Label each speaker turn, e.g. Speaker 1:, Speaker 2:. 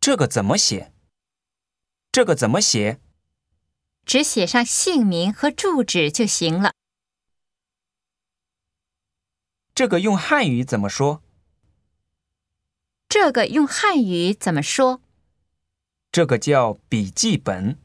Speaker 1: 这个怎么写？这个怎么写？
Speaker 2: 只写上姓名和住址就行了。
Speaker 1: 这个用汉语怎么说？
Speaker 2: 这个用汉语怎么说？
Speaker 1: 这个叫笔记本。